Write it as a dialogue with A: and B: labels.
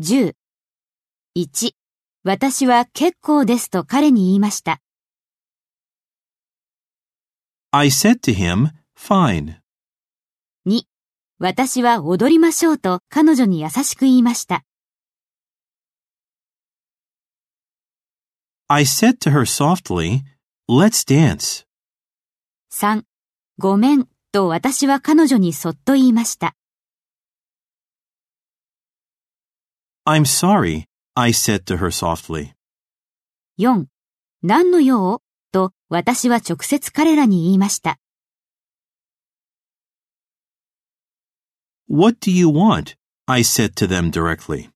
A: 10。1、私は結構ですと彼に言いました。
B: I said to him, Fine.
A: 2、私は踊りましょうと彼女に優しく言いました。
B: I said to her softly, Let's dance.
A: 3、ごめんと私は彼女にそっと言いました。
B: I'm sorry, I said to her softly.
A: 4、何の用と私は直接彼らに言いました。
B: What do you want? I said to them directly.